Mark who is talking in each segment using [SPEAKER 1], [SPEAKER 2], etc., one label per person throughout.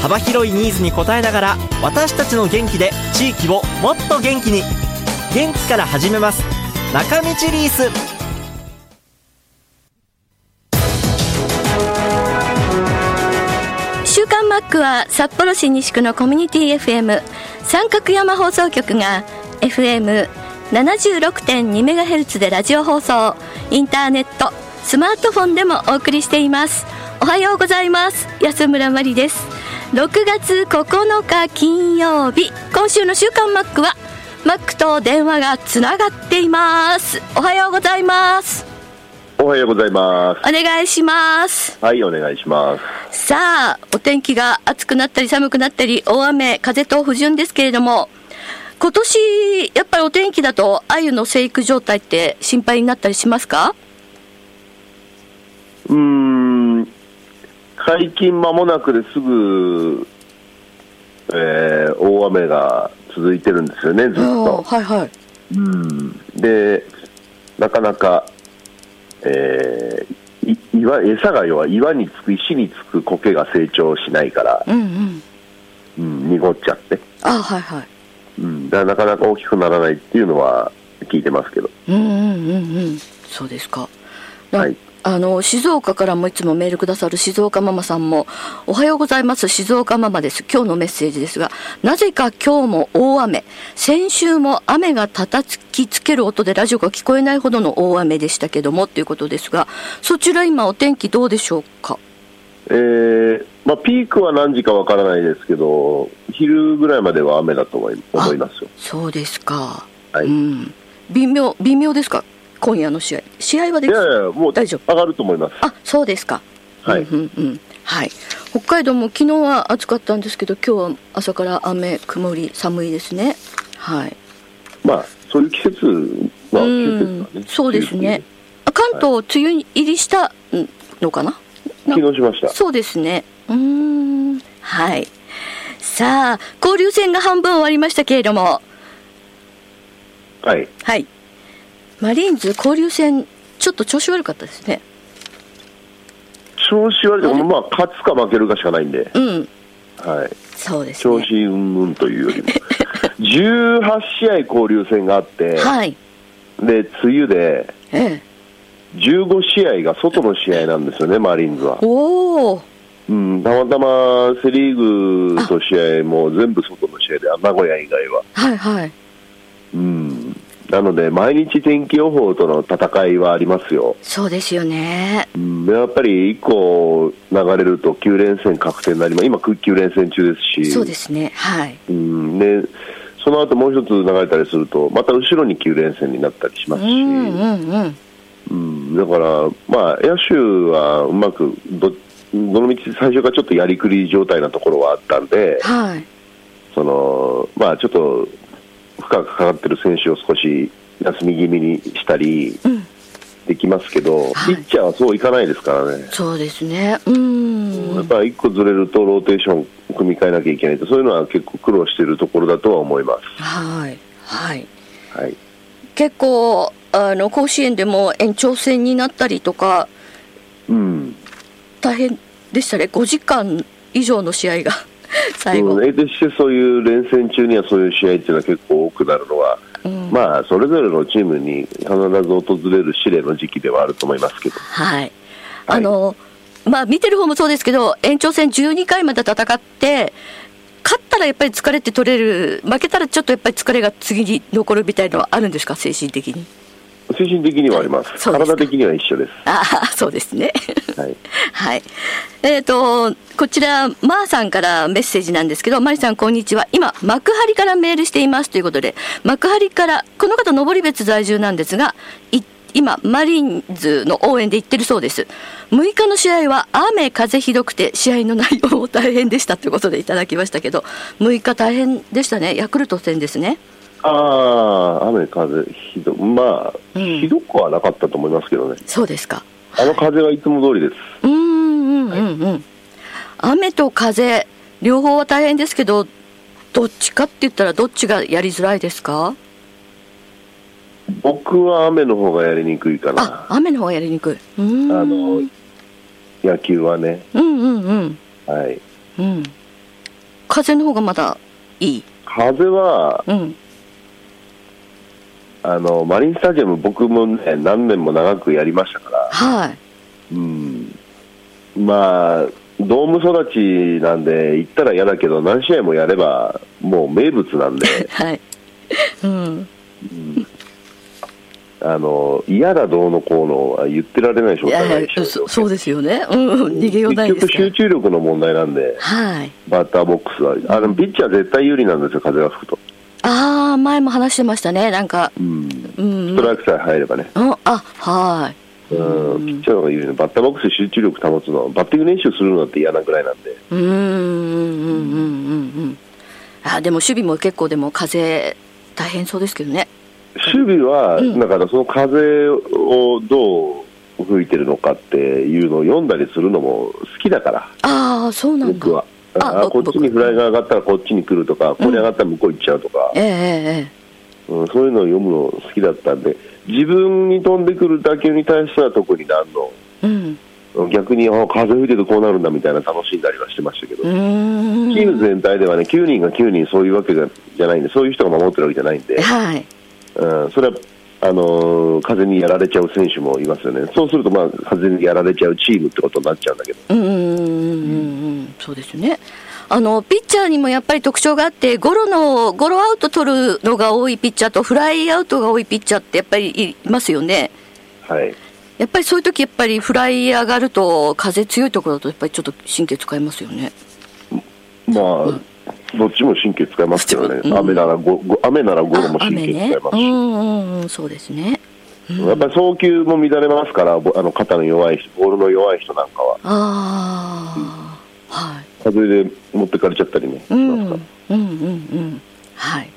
[SPEAKER 1] 幅広いニーズに応えながら私たちの元気で地域をもっと元気に元気から始めます中道リース
[SPEAKER 2] 週刊マックは札幌市西区のコミュニティ FM 三角山放送局が FM76.2MHz でラジオ放送インターネットスマートフォンでもお送りしていますおはようございます安村まりです6月9日金曜日今週の週刊マックはマックと電話がつながっていますおはようございます
[SPEAKER 3] おはようございま
[SPEAKER 2] お願いします
[SPEAKER 3] す。はい、お願いします。
[SPEAKER 2] さあお天気が暑くなったり寒くなったり大雨風と不順ですけれども今年やっぱりお天気だと鮎の生育状態って心配になったりしますか
[SPEAKER 3] うーん、解禁間もなくですぐ、えー大雨が続いてるんですよね、ずっと。
[SPEAKER 2] はいはい
[SPEAKER 3] で、なかなか、えーい岩餌が弱い岩につく石につく苔が成長しないから、
[SPEAKER 2] うんうん
[SPEAKER 3] うん濁っちゃって、
[SPEAKER 2] ああはいはい
[SPEAKER 3] うん、だからなかなか大きくならないっていうのは聞いてますけど、
[SPEAKER 2] うんうんうんうんそうですかな
[SPEAKER 3] はい
[SPEAKER 2] あの静岡からもいつもメールくださる静岡ママさんも「おはようございます静岡ママです今日のメッセージですがなぜか今日も大雨先週も雨が叩きつける音でラジオが聞こえないほどの大雨でしたけども」ということですがそちら今お天気どうでしょうか
[SPEAKER 3] えーまあ、ピークは何時かわからないですけど、昼ぐらいまでは雨だと思い思いますよ。
[SPEAKER 2] そうですか、
[SPEAKER 3] はい
[SPEAKER 2] うん微妙微妙ですか今夜の試合試合はで
[SPEAKER 3] い
[SPEAKER 2] き
[SPEAKER 3] やいや、もう
[SPEAKER 2] 大丈夫
[SPEAKER 3] 上がると思います。
[SPEAKER 2] あそうですか
[SPEAKER 3] はい
[SPEAKER 2] うんうんうんはい、北海道も昨日は暑かったんですけど今日は朝から雨曇り寒いですねはい、
[SPEAKER 3] まあ、そういう季節、まあ、季
[SPEAKER 2] う
[SPEAKER 3] 節
[SPEAKER 2] ん
[SPEAKER 3] はね。
[SPEAKER 2] そうですねあ関東梅雨入りしたんのかなな
[SPEAKER 3] 昨日しました。
[SPEAKER 2] そうですねうーんはいさあ交流戦が半分終わりましたけれども
[SPEAKER 3] はい。
[SPEAKER 2] はいマリーンズ交流戦ちょっと調子悪かったですね
[SPEAKER 3] 調子悪い
[SPEAKER 2] あれ
[SPEAKER 3] でも、まあ、勝つか負けるかしかないんで、
[SPEAKER 2] うん
[SPEAKER 3] はい。
[SPEAKER 2] そうです
[SPEAKER 3] 調
[SPEAKER 2] ね
[SPEAKER 3] 子うんうんという よりも。18試合交流戦があって、
[SPEAKER 2] はい
[SPEAKER 3] で、梅雨で、
[SPEAKER 2] ええ
[SPEAKER 3] 15試合が外の試合なんですよね、マリーンズは。
[SPEAKER 2] おお
[SPEAKER 3] うん、たまたまセ・リーグと試合も全部外の試合で、名古屋以外は。
[SPEAKER 2] はいはい
[SPEAKER 3] うん、なので、毎日天気予報との戦いはありますよ。
[SPEAKER 2] そうですよね
[SPEAKER 3] うんやっぱり1個流れると9連戦確定になります、今、9連戦中ですし、
[SPEAKER 2] そうですね、はい。
[SPEAKER 3] うん、でその後もう一つ流れたりすると、また後ろに9連戦になったりしま
[SPEAKER 2] う
[SPEAKER 3] すし、
[SPEAKER 2] んうんうん。
[SPEAKER 3] うんだから、まあ、野手はうまくど、どの道最初からちょっとやりくり状態なところはあったんで、
[SPEAKER 2] はい。
[SPEAKER 3] そのまあ、ちょっと負荷がかかってる選手を少し休み気味にしたり
[SPEAKER 2] うん。
[SPEAKER 3] できますけど、
[SPEAKER 2] はい
[SPEAKER 3] ピッチャーはそういかないですからね。
[SPEAKER 2] そうですね。うーん。
[SPEAKER 3] やっぱり1個ずれるとローテーション組み替えなきゃいけないとそういうのは結構苦労しているところだとは思いま
[SPEAKER 2] はい。はい。
[SPEAKER 3] す、はい、
[SPEAKER 2] 結構、あの、甲子園でも延長戦になったりとか、
[SPEAKER 3] うん
[SPEAKER 2] 大変でしたね。5時間以上の試合が、 最後。
[SPEAKER 3] 得てしてそういう連戦中にはそういう試合っていうのは結構多くなるのは、
[SPEAKER 2] うん
[SPEAKER 3] まあそれぞれのチームに必ず訪れる試練の時期ではあると思いますけど
[SPEAKER 2] はい。あの、まあ、見てる方もそうですけど、延長戦12回まで戦って、勝ったらやっぱり疲れて取れる、負けたらちょっとやっぱり疲れが次に残るみたいのはあるんですか、精神的に。
[SPEAKER 3] 精神的にはあります
[SPEAKER 2] そうですか
[SPEAKER 3] 体的には一緒です、
[SPEAKER 2] ああ、そうですね。
[SPEAKER 3] はい、
[SPEAKER 2] はい。えっ、と、こちら、まーさんからメッセージなんですけど、まりさん、こんにちは。今、幕張からメールしていますということで、幕張から、この方、登別在住なんですが、一今、マリーンズの応援で行ってるそうです。6日の試合は雨、風ひどくて、試合の内容も大変でしたということでいただきましたけど、6日大変でしたね、ヤクルト戦ですね。
[SPEAKER 3] ああ、雨、風、ひど、まあ、
[SPEAKER 2] うん
[SPEAKER 3] ひどくはなかったと思いますけどね、
[SPEAKER 2] そうですか。
[SPEAKER 3] あの風はいつも通りです。
[SPEAKER 2] うーんうんうんうん。雨と風、両方は大変ですけど、どっちかって言ったらどっちがやりづらいですか
[SPEAKER 3] 僕は雨の方がやりにくいか
[SPEAKER 2] あ、
[SPEAKER 3] な、
[SPEAKER 2] 雨の方がやりにくい。うーん。
[SPEAKER 3] あの野球はね、
[SPEAKER 2] うんうんうん。
[SPEAKER 3] はい、
[SPEAKER 2] うん。風の方がまだいい。
[SPEAKER 3] 風は
[SPEAKER 2] うん。
[SPEAKER 3] あの、マリンスタジアム、僕もね、何年も長くやりましたから、
[SPEAKER 2] はい。
[SPEAKER 3] うん、まあ、ドーム育ちなんで、行ったら嫌だけど、何試合もやれば、もう名物なん で、
[SPEAKER 2] はい。うん。
[SPEAKER 3] あの嫌だ、どうのこうのは言ってられないでしょ、
[SPEAKER 2] い
[SPEAKER 3] お
[SPEAKER 2] や
[SPEAKER 3] 互
[SPEAKER 2] い
[SPEAKER 3] い
[SPEAKER 2] や、そそうですよね。うん。逃げようないで
[SPEAKER 3] 結
[SPEAKER 2] す
[SPEAKER 3] 局、
[SPEAKER 2] から
[SPEAKER 3] 集中力の問題なんで、
[SPEAKER 2] はい。
[SPEAKER 3] バッターボックスは、あのピッチャー絶対有利なんですよ、風が吹くと、
[SPEAKER 2] ああ、前も話してましたね。なんか、
[SPEAKER 3] う
[SPEAKER 2] うん。
[SPEAKER 3] ん、ス
[SPEAKER 2] う
[SPEAKER 3] ト
[SPEAKER 2] ん
[SPEAKER 3] ライクさえ入ればね、
[SPEAKER 2] あ、はい。
[SPEAKER 3] うんピッチャーの方が有利な、バッターボックスで集中力保つの、バッティング練習するのだって嫌なぐらいなんで、
[SPEAKER 2] うーんうんうんうんうんあでも守備も結構でも風大変そうですけどね
[SPEAKER 3] 守備は、
[SPEAKER 2] うん
[SPEAKER 3] だからその風をどう吹いてるのかっていうのを読んだりするのも好きだから、
[SPEAKER 2] ああそうなんだ
[SPEAKER 3] 僕は。
[SPEAKER 2] あ
[SPEAKER 3] あこ
[SPEAKER 2] 僕
[SPEAKER 3] っちにフライが上がったらこっちに来るとか、ここに上がったら向こう行っちゃうとか。
[SPEAKER 2] ええええ
[SPEAKER 3] うん、そういうのを読むの好きだったんで、自分に飛んでくる打球に対しては特に何の、
[SPEAKER 2] ええうん
[SPEAKER 3] 逆にあ風吹いてるとこうなるんだみたいな楽しんだりはしてましたけど、
[SPEAKER 2] う
[SPEAKER 3] チ
[SPEAKER 2] ー
[SPEAKER 3] ー
[SPEAKER 2] ん
[SPEAKER 3] ム全体ではね、9人が9人そういうわけじゃじゃないんで、そういう人が守ってるわけじゃないんで、
[SPEAKER 2] はい
[SPEAKER 3] うん、それはあのー風にやられちゃう選手もいますよね、そうすると、まあ、風にやられちゃうチームってことになっちゃうんだけど、
[SPEAKER 2] うんうんうんうんうんそうですよねあのピッチャーにもやっぱり特徴があってゴロのゴロアウト取るのが多いピッチャーとフライアウトが多いピッチャーってやっぱりいますよね
[SPEAKER 3] はい、
[SPEAKER 2] やっぱりそういう時やっぱりフライ上がると風強いところだとやっぱりちょっと神経使いますよね
[SPEAKER 3] まあ、どっちも神経使いますけどね、
[SPEAKER 2] うん
[SPEAKER 3] 雨ならごご雨ならゴロも
[SPEAKER 2] あ
[SPEAKER 3] 神経使います
[SPEAKER 2] 雨ね、う
[SPEAKER 3] し。
[SPEAKER 2] んうんうんそうですね
[SPEAKER 3] やっぱり送球も乱れますから、ぼあの肩の弱い人、ボールの弱い人なんかは、
[SPEAKER 2] ああ、はい
[SPEAKER 3] 風で持ってかれちゃったりね、
[SPEAKER 2] うん、うん
[SPEAKER 3] しますか
[SPEAKER 2] うんうんはい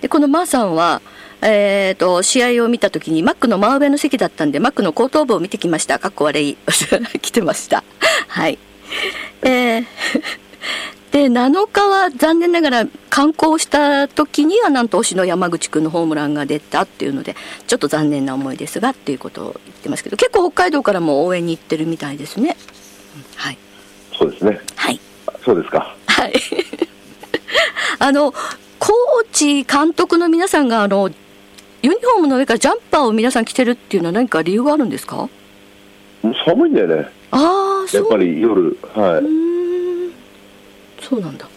[SPEAKER 2] でこのマーさんはえー、と試合を見た時にマックの真上の席だったんでマックの後頭部を見てきましたかっこ悪い 来てましたはいえー で7日は残念ながら観光した時にはなんと推しの山口君のホームランが出たっていうのでちょっと残念な思いですがっていうことを言ってますけど結構北海道からも応援に行ってるみたいですね、うんはい
[SPEAKER 3] らそうですね、
[SPEAKER 2] はい
[SPEAKER 3] そうですか、
[SPEAKER 2] はい。あの、コーチ、監督の皆さんが、あの、ユニフォームの上からジャンパーを皆さん着てるっていうのは何か理由があるんですか
[SPEAKER 3] もう寒いんだよね、
[SPEAKER 2] ああ、そ
[SPEAKER 3] やっ
[SPEAKER 2] う。
[SPEAKER 3] ぱり夜、は
[SPEAKER 2] う
[SPEAKER 3] い、
[SPEAKER 2] ーんそうなんだ。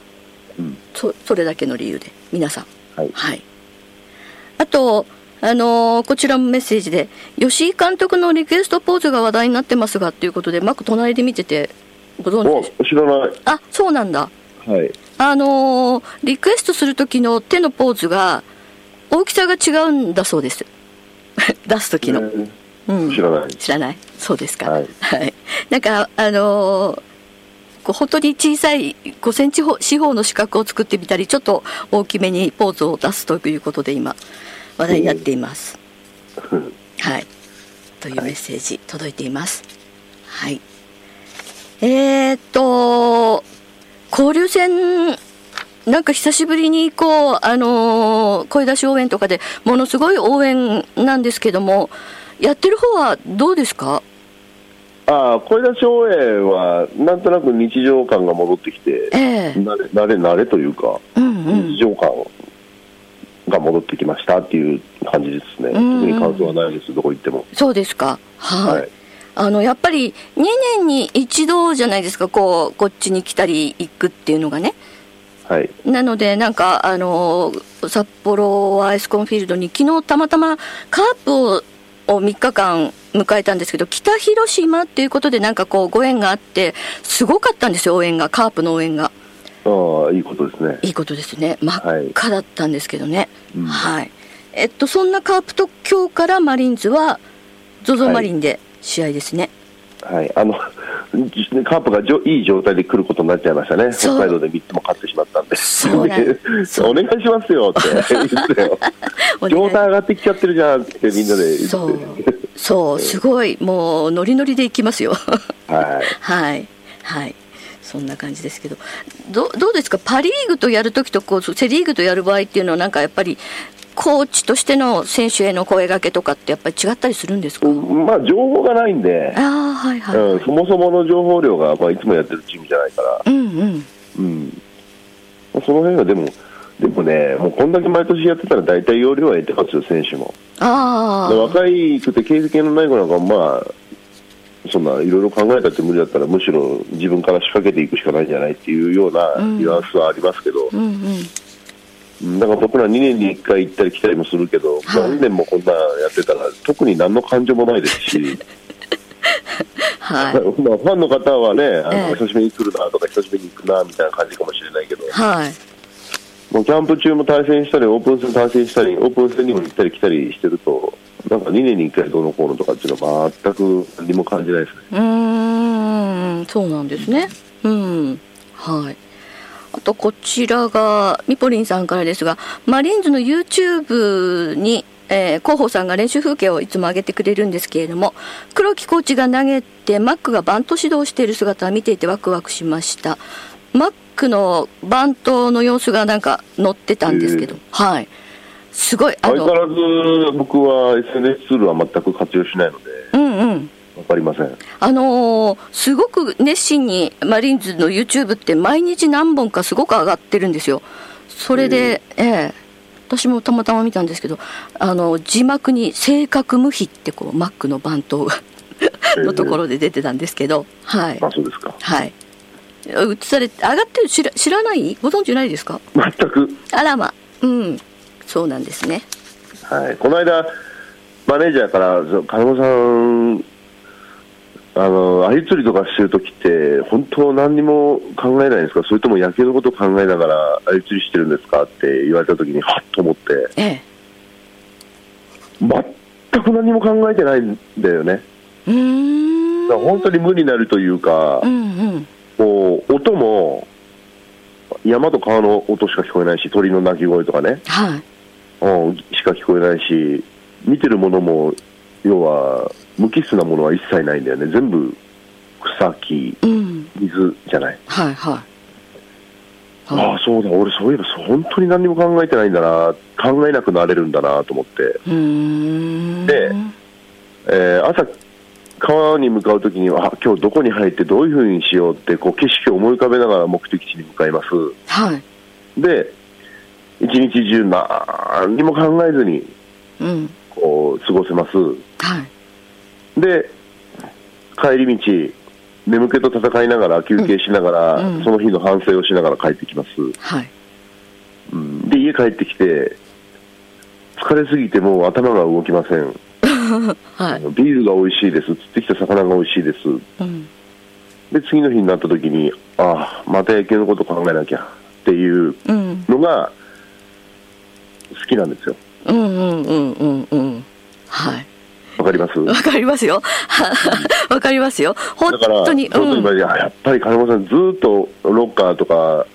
[SPEAKER 3] うん
[SPEAKER 2] そ、それだけの理由で、皆さん。
[SPEAKER 3] はい、
[SPEAKER 2] はい。あと、あのーこちらもメッセージで、吉井監督のリクエストポーズが話題になってますがっていうことで、マック隣で見てて、ご存知でしょ
[SPEAKER 3] お知らない、
[SPEAKER 2] あ、そうなんだ。
[SPEAKER 3] はい、
[SPEAKER 2] あのーリクエストする時の手のポーズが大きさが違うんだそうです 出す時の、
[SPEAKER 3] ね
[SPEAKER 2] うん、
[SPEAKER 3] 知らない
[SPEAKER 2] 知らないそうですかは
[SPEAKER 3] はいい、
[SPEAKER 2] なんかあのーこう本当に小さい5センチほ四方の四角を作ってみたりちょっと大きめにポーズを出すということで今話題になっています、はいというメッセージ届いていますはいえーっと交流戦なんか久しぶりにこう、あのー声出し応援とかでものすごい応援なんですけどもやってる方はどうですか
[SPEAKER 3] ああ、声出し応援は、なんとなく日常感が戻ってきて、
[SPEAKER 2] ええ
[SPEAKER 3] 慣れ慣れ慣れというか、
[SPEAKER 2] うんうん
[SPEAKER 3] 日常感が戻ってきましたっていう感じですね、特
[SPEAKER 2] ん
[SPEAKER 3] に感想はないです、どこ行っても。
[SPEAKER 2] そうですかはい、
[SPEAKER 3] はい
[SPEAKER 2] あのやっぱり2年に一度じゃないですかこうこっちに来たり行くっていうのがね
[SPEAKER 3] はい
[SPEAKER 2] なので、なんか、あのー札幌アイスコンフィールドに、昨日たまたまカープをを3日間迎えたんですけど、北広島っていうことで、なんかこう、ご縁があって、すごかったんですよ、応援が、カープの応援が。
[SPEAKER 3] ああ、いいことですね。
[SPEAKER 2] いいことですね、真っ赤だったんですけどね。はい
[SPEAKER 3] うん
[SPEAKER 2] えっと、そんなカープと今日からマリーンズは、ゾゾマリンで試合ですね。
[SPEAKER 3] はい、あの カープがじょいい状態で来ることになっちゃいましたね、
[SPEAKER 2] そう
[SPEAKER 3] 北海道で3つも勝ってしまったんで、
[SPEAKER 2] そうだそう
[SPEAKER 3] お願いしますよって言ってたよ
[SPEAKER 2] お願い
[SPEAKER 3] 状態上がってきちゃってるじゃんってみんなで言って、
[SPEAKER 2] そう、そう、すごい、もうノリノリで行きますよ。
[SPEAKER 3] はい、
[SPEAKER 2] はい、はい、そんな感じですけど、どどうですか、パ・リーグとやるときとこう、セ・リーグとやる場合っていうのは、なんかやっぱり、コーチとしての選手への声がけとかって、やっぱり違ったりするんですか、
[SPEAKER 3] まあ、情報がないんで
[SPEAKER 2] あ、あ、はいはい、
[SPEAKER 3] うん、そもそもの情報量が、まあ、いつもやってるチームじゃないから、
[SPEAKER 2] うんうん、
[SPEAKER 3] うん、その辺はでも、でもね、もうこんだけ毎年やってたら、大体要領は得てますよ、選手も。
[SPEAKER 2] あ
[SPEAKER 3] で
[SPEAKER 2] あ、
[SPEAKER 3] 若いくて経験のない子なんかはまあそんないろいろ考えたって無理だったらむしろ自分から仕掛けていくしかないんじゃないっていうようなニュアンスはありますけど、
[SPEAKER 2] うんうん、
[SPEAKER 3] だから僕ら2年に1回行ったり来たりもするけど、
[SPEAKER 2] はい
[SPEAKER 3] 何年もこんなやってたら特に何の感情もないですし、
[SPEAKER 2] は
[SPEAKER 3] まあ
[SPEAKER 2] い、
[SPEAKER 3] ファンの方はねあの、
[SPEAKER 2] ええ
[SPEAKER 3] 久しぶりに来るなとか久しぶりに行くなみたいな感じかもしれないけど
[SPEAKER 2] はい、
[SPEAKER 3] もうキャンプ中も対戦したりオープン戦対戦したりオープン戦にも行ったり来たりしてるとなんか2年に1回どうのこうのとかっていうのは全く何も感じないですね。
[SPEAKER 2] うーん、そうなんですね。うん、はい。あとこちらがミポリンさんからですが、マリーンズの YouTube に、えー広報さんが練習風景をいつも上げてくれるんですけれども、黒木コーチが投げてマックがバント指導している姿を見ていてワクワクしました。マックのバントの様子がなんか載ってたんですけど、
[SPEAKER 3] へ
[SPEAKER 2] はい。すごいあ
[SPEAKER 3] 相変
[SPEAKER 2] の、
[SPEAKER 3] わらず僕は SNS ツールは全く活用しないので
[SPEAKER 2] うんうん。
[SPEAKER 3] 分かりません
[SPEAKER 2] あのーすごく熱心にマリーンズの YouTube って毎日何本かすごく上がってるんですよ。それで、ええ私もたまたま見たんですけど、あの字幕に「正確無比」ってこうマックの番頭がのところで出てたんですけど、はい
[SPEAKER 3] あそうですか
[SPEAKER 2] はい。映されて上がってる知ら知らないご存知ないですか？
[SPEAKER 3] 全く、
[SPEAKER 2] あらま、うん、そうなんですね。
[SPEAKER 3] はい、この間マネージャーからそう「金子さんあの鮎釣りとかしてるときって本当何にも考えないんですかそれとも野球のこと考えながら鮎釣りしてるんですか?」って言われたときにはっと思って
[SPEAKER 2] え
[SPEAKER 3] 全く何も考えてないんだよね
[SPEAKER 2] え、うーん、
[SPEAKER 3] だから本当に無になるというか、
[SPEAKER 2] うんうん、
[SPEAKER 3] こう音も山と川の音しか聞こえないし鳥の鳴き声とかね、
[SPEAKER 2] はい。
[SPEAKER 3] うん、しか聞こえないし見てるものも要は無機質なものは一切ないんだよね全部草木
[SPEAKER 2] うん、
[SPEAKER 3] 水じゃない、
[SPEAKER 2] はいはい。
[SPEAKER 3] ああそうだ俺そういえばそう本当に何にも考えてないんだな考えなくなれるんだなと思って、
[SPEAKER 2] うーん
[SPEAKER 3] でえー朝川に向かうときにはあ今日どこに入ってどういうふうにしようってこう景色を思い浮かべながら目的地に向かいます、
[SPEAKER 2] はい。
[SPEAKER 3] で、一日中何にも考えずに
[SPEAKER 2] うん。
[SPEAKER 3] こう過ごせます。
[SPEAKER 2] はい。
[SPEAKER 3] で、帰り道、眠気と戦いながら、休憩しながら、
[SPEAKER 2] うんうん
[SPEAKER 3] その日の反省をしながら帰ってきます。
[SPEAKER 2] はい。
[SPEAKER 3] うんで、家帰ってきて、疲れすぎてもう頭が動きません。
[SPEAKER 2] はい。
[SPEAKER 3] ビールが美味しいです。釣ってきた魚が美味しいです。
[SPEAKER 2] うん。
[SPEAKER 3] で、次の日になった時に、ああ、また野球のこと考えなきゃっていう
[SPEAKER 2] うん。
[SPEAKER 3] のが好きなんですよ。
[SPEAKER 2] うんうんうんうんうん。はい。
[SPEAKER 3] わかります
[SPEAKER 2] わかりますよ。 わかりますよ。本
[SPEAKER 3] だから、
[SPEAKER 2] 当に。
[SPEAKER 3] そうそう
[SPEAKER 2] うん。
[SPEAKER 3] 今
[SPEAKER 2] はい。
[SPEAKER 3] いややっぱり金子さん、ずーっとロッカーとか、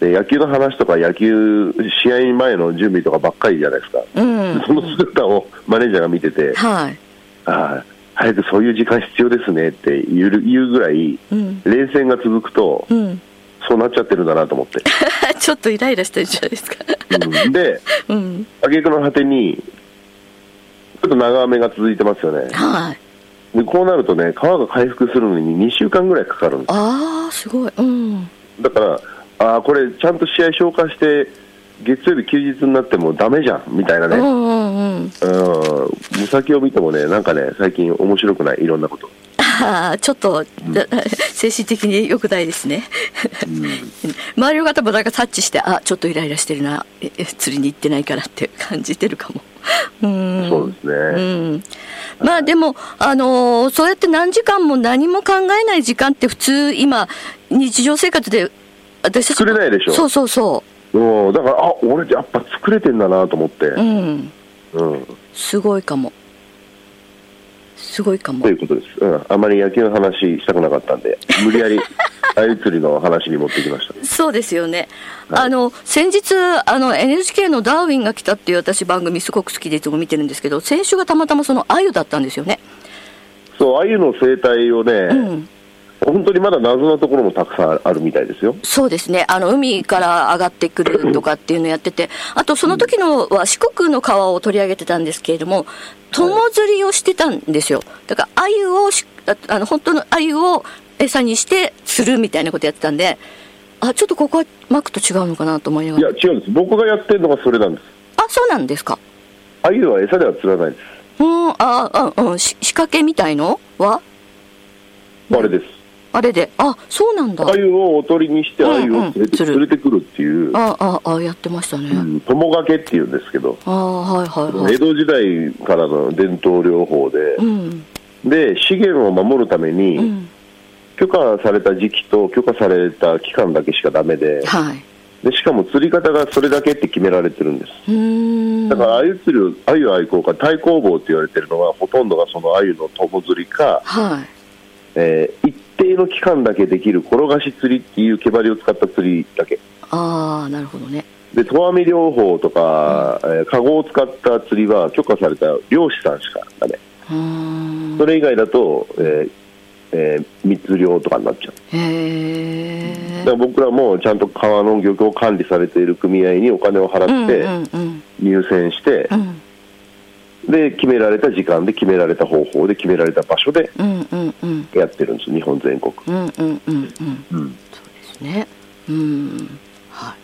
[SPEAKER 3] で野球の話とか、野球、試合前の準備とかばっかりじゃないですか、
[SPEAKER 2] うん
[SPEAKER 3] その姿をマネージャーが見てて、
[SPEAKER 2] はい。
[SPEAKER 3] ああ、早くそういう時間必要ですねって言う言うぐらい、
[SPEAKER 2] うん。
[SPEAKER 3] 冷戦が続くと、
[SPEAKER 2] うん。
[SPEAKER 3] そうなっちゃってるんだなと思って、
[SPEAKER 2] ちょっとイライラしてるじゃないですか。
[SPEAKER 3] うん、で、
[SPEAKER 2] うん。
[SPEAKER 3] 挙句の果てに、ちょっと長雨が続いてますよね、
[SPEAKER 2] はい。
[SPEAKER 3] でこうなるとね、川が回復するのに2週間ぐらいかかるんです
[SPEAKER 2] ああ、すごい。うん。
[SPEAKER 3] だから、ああ、これ、ちゃんと試合消化して、月曜日休日になってもダメじゃんみたいな
[SPEAKER 2] うんう
[SPEAKER 3] ね、
[SPEAKER 2] んうん。
[SPEAKER 3] うん、目先を見てもね、なんかね、最近、面白くない、いろんなこと、
[SPEAKER 2] ああ、ちょっと、 だ精神的に良くないですね。周りの方もなんか察知して、あ、ちょっとイライラしてるな、ええ釣りに行ってないからって感じてるかも。うん。
[SPEAKER 3] そうです
[SPEAKER 2] う
[SPEAKER 3] ね、
[SPEAKER 2] ん、まあでも、あのーそうやって何時間も何も考えない時間って普通今日常生活で私たちも
[SPEAKER 3] 作れないでしょ
[SPEAKER 2] そうそうそ
[SPEAKER 3] うん、だから、あ俺、やっぱ作れてんだなと思って、
[SPEAKER 2] ううん
[SPEAKER 3] うん、
[SPEAKER 2] すごいかもすごいかも
[SPEAKER 3] ということです、うん、あまり野球の話したくなかったんで、無理 やりアユ釣りの話に持ってきました。
[SPEAKER 2] そうですよね、
[SPEAKER 3] はい
[SPEAKER 2] あの先日あの NHK の「ダーウィンが来た」っていう私番組すごく好きでいつも見てるんですけど先週がたまたまそのアユだったんですよね
[SPEAKER 3] そう、アユの生態をね、
[SPEAKER 2] うん
[SPEAKER 3] 本当にまだ謎なところもたくさんあるみたいですよ。
[SPEAKER 2] そうですねあの海から上がってくるとかっていうのやっててあとその時のは四国の川を取り上げてたんですけれども友釣りをしてたんですよだからアユをしああの本当のアユを餌にして釣るみたいなことやってたんであちょっとここはマックと違うのかなと思いないが
[SPEAKER 3] や、
[SPEAKER 2] ら
[SPEAKER 3] 違うんです。僕がやってるのがそれなんです。
[SPEAKER 2] あそうなんですか
[SPEAKER 3] アユは餌では釣らないです。
[SPEAKER 2] うん、あ、うん、うん、し仕掛けみたいのは
[SPEAKER 3] あれです。
[SPEAKER 2] あれで。あ、そうなんだ。
[SPEAKER 3] アユをおとりにして、
[SPEAKER 2] うんうん
[SPEAKER 3] アユを連れて,、
[SPEAKER 2] 釣る
[SPEAKER 3] 連れてくるっていう、
[SPEAKER 2] あ、あ、あ、やってましたね。
[SPEAKER 3] うん、友掛けっていうんですけど、
[SPEAKER 2] あはいはいは
[SPEAKER 3] 江
[SPEAKER 2] い。
[SPEAKER 3] 戸時代からの伝統療法で
[SPEAKER 2] う、ん、
[SPEAKER 3] で、資源を守るために、
[SPEAKER 2] うん、
[SPEAKER 3] 許可された時期と許可された期間だけしかダメで、
[SPEAKER 2] はい。
[SPEAKER 3] でしかも釣り方がそれだけって決められてるんです。
[SPEAKER 2] うーん。
[SPEAKER 3] だから、アユ釣りを、アユ愛好家、対抗棒って言われてるのは、ほとんどがそのアユの友釣りか、
[SPEAKER 2] はい。
[SPEAKER 3] えー一定の期間だけできる転がし釣りっていう毛針を使った釣りだけ。
[SPEAKER 2] ああ、なるほどね。
[SPEAKER 3] で、投網療法とか、えーカゴを使った釣りは許可された漁師さんしかダメ。
[SPEAKER 2] うーん。
[SPEAKER 3] それ以外だと、えーえー密漁とかになっちゃう。
[SPEAKER 2] へ
[SPEAKER 3] だ
[SPEAKER 2] え
[SPEAKER 3] か。ら僕らもちゃんと川の漁協管理されている組合にお金を
[SPEAKER 2] う
[SPEAKER 3] 払
[SPEAKER 2] ん、
[SPEAKER 3] っ
[SPEAKER 2] う
[SPEAKER 3] て
[SPEAKER 2] ん、うん、
[SPEAKER 3] 入選して
[SPEAKER 2] う、ん、
[SPEAKER 3] で、決められた時間で、決められた方法で、決められた場所で
[SPEAKER 2] うん、うん、うん、
[SPEAKER 3] やってるんです、日本全国。
[SPEAKER 2] うん、うん、うん、うん。
[SPEAKER 3] うん
[SPEAKER 2] ね。うん。は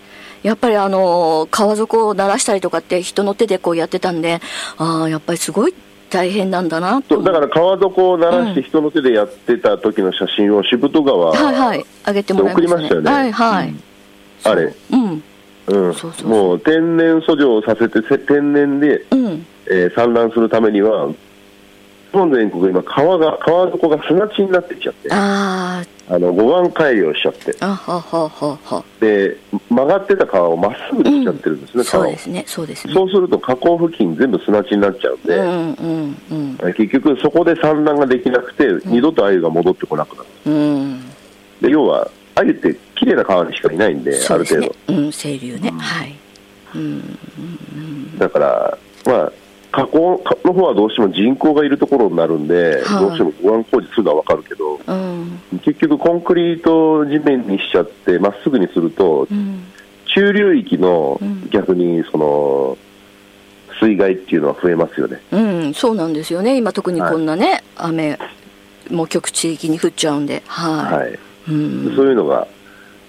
[SPEAKER 2] い。やっぱりあの、川底を鳴らしたりとかって人の手でこうやってたんで、ああ、やっぱりすごい大変なんだなと思
[SPEAKER 3] そう
[SPEAKER 2] って。
[SPEAKER 3] だから川底を鳴らして人の手でやってた時の写真を渋戸川、
[SPEAKER 2] はいはい。あげてもらいました、ね。
[SPEAKER 3] 送りましたよね
[SPEAKER 2] はいはい。
[SPEAKER 3] あれ、
[SPEAKER 2] うん。
[SPEAKER 3] うん
[SPEAKER 2] そうそうそう
[SPEAKER 3] もう天然遡上をさせてせ天然で、
[SPEAKER 2] うん。
[SPEAKER 3] えー産卵するためには日本全国今川が川底が砂地になってきちゃって
[SPEAKER 2] あ
[SPEAKER 3] あの護岸改良しちゃって
[SPEAKER 2] あ、あはははは。
[SPEAKER 3] で曲がってた川をまっすぐにしちゃってるんですね、
[SPEAKER 2] そ
[SPEAKER 3] 川
[SPEAKER 2] う
[SPEAKER 3] を
[SPEAKER 2] ですね。そうですね。
[SPEAKER 3] そうすると河口付近全部砂地になっちゃうんで、
[SPEAKER 2] うんうんうん
[SPEAKER 3] 結局そこで産卵ができなくて、二度とアユが戻ってこなくなる
[SPEAKER 2] うん。
[SPEAKER 3] で要はアユって綺麗な川にしかいないんで
[SPEAKER 2] そ
[SPEAKER 3] あ
[SPEAKER 2] う
[SPEAKER 3] る
[SPEAKER 2] です
[SPEAKER 3] 程
[SPEAKER 2] ね
[SPEAKER 3] 度。
[SPEAKER 2] うん、清流ね。はい。
[SPEAKER 3] だから、まあ、河口の方はどうしても人口がいるところになるんで、
[SPEAKER 2] はい
[SPEAKER 3] どうしても護岸工事するのは分かるけど、
[SPEAKER 2] うん。
[SPEAKER 3] 結局、コンクリートを地面にしちゃって、まっすぐにすると
[SPEAKER 2] う、ん。
[SPEAKER 3] 中流域の
[SPEAKER 2] うん
[SPEAKER 3] 逆にその水害っていうのは増えますよね。
[SPEAKER 2] うん、そうなんですよね。今特にこんなね、雨も局地的に降っちゃうんで、はい。
[SPEAKER 3] はい、
[SPEAKER 2] うん、
[SPEAKER 3] そういうのが、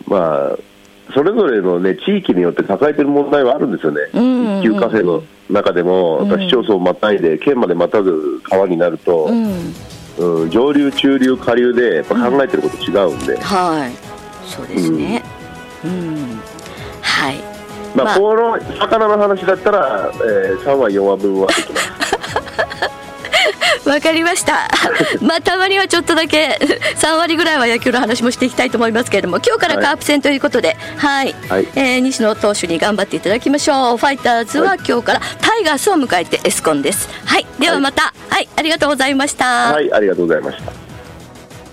[SPEAKER 3] まあ、それぞれの、ね、地域によって抱えてる問題はあるんですよね、
[SPEAKER 2] うん
[SPEAKER 3] 一級河川の中でも、
[SPEAKER 2] うん
[SPEAKER 3] 市町村をまたいで、県までまたぐ川になると。
[SPEAKER 2] うん、
[SPEAKER 3] うん、上流、中流、下流でやっぱ考えてること違うんで、
[SPEAKER 2] はい。そうですね。うん、はい。
[SPEAKER 3] ま
[SPEAKER 2] ま
[SPEAKER 3] あ、
[SPEAKER 2] あ
[SPEAKER 3] この魚の話だったら、えー、3話、4話分はできます。
[SPEAKER 2] わかりま した。まあ、たまにはちょっとだけ 3割ぐらいは野球の話もしていきたいと思いますけれども、今日から
[SPEAKER 3] はい
[SPEAKER 2] カープ戦ということで、はい、
[SPEAKER 3] はい
[SPEAKER 2] えー西野投手に頑張っていただきましょう。ファイターズは
[SPEAKER 3] はい
[SPEAKER 2] 今日からタイガースを迎えてエスコンです。はい、ではまた、はい、ありがとうございました。
[SPEAKER 3] はい、ありがとうございました。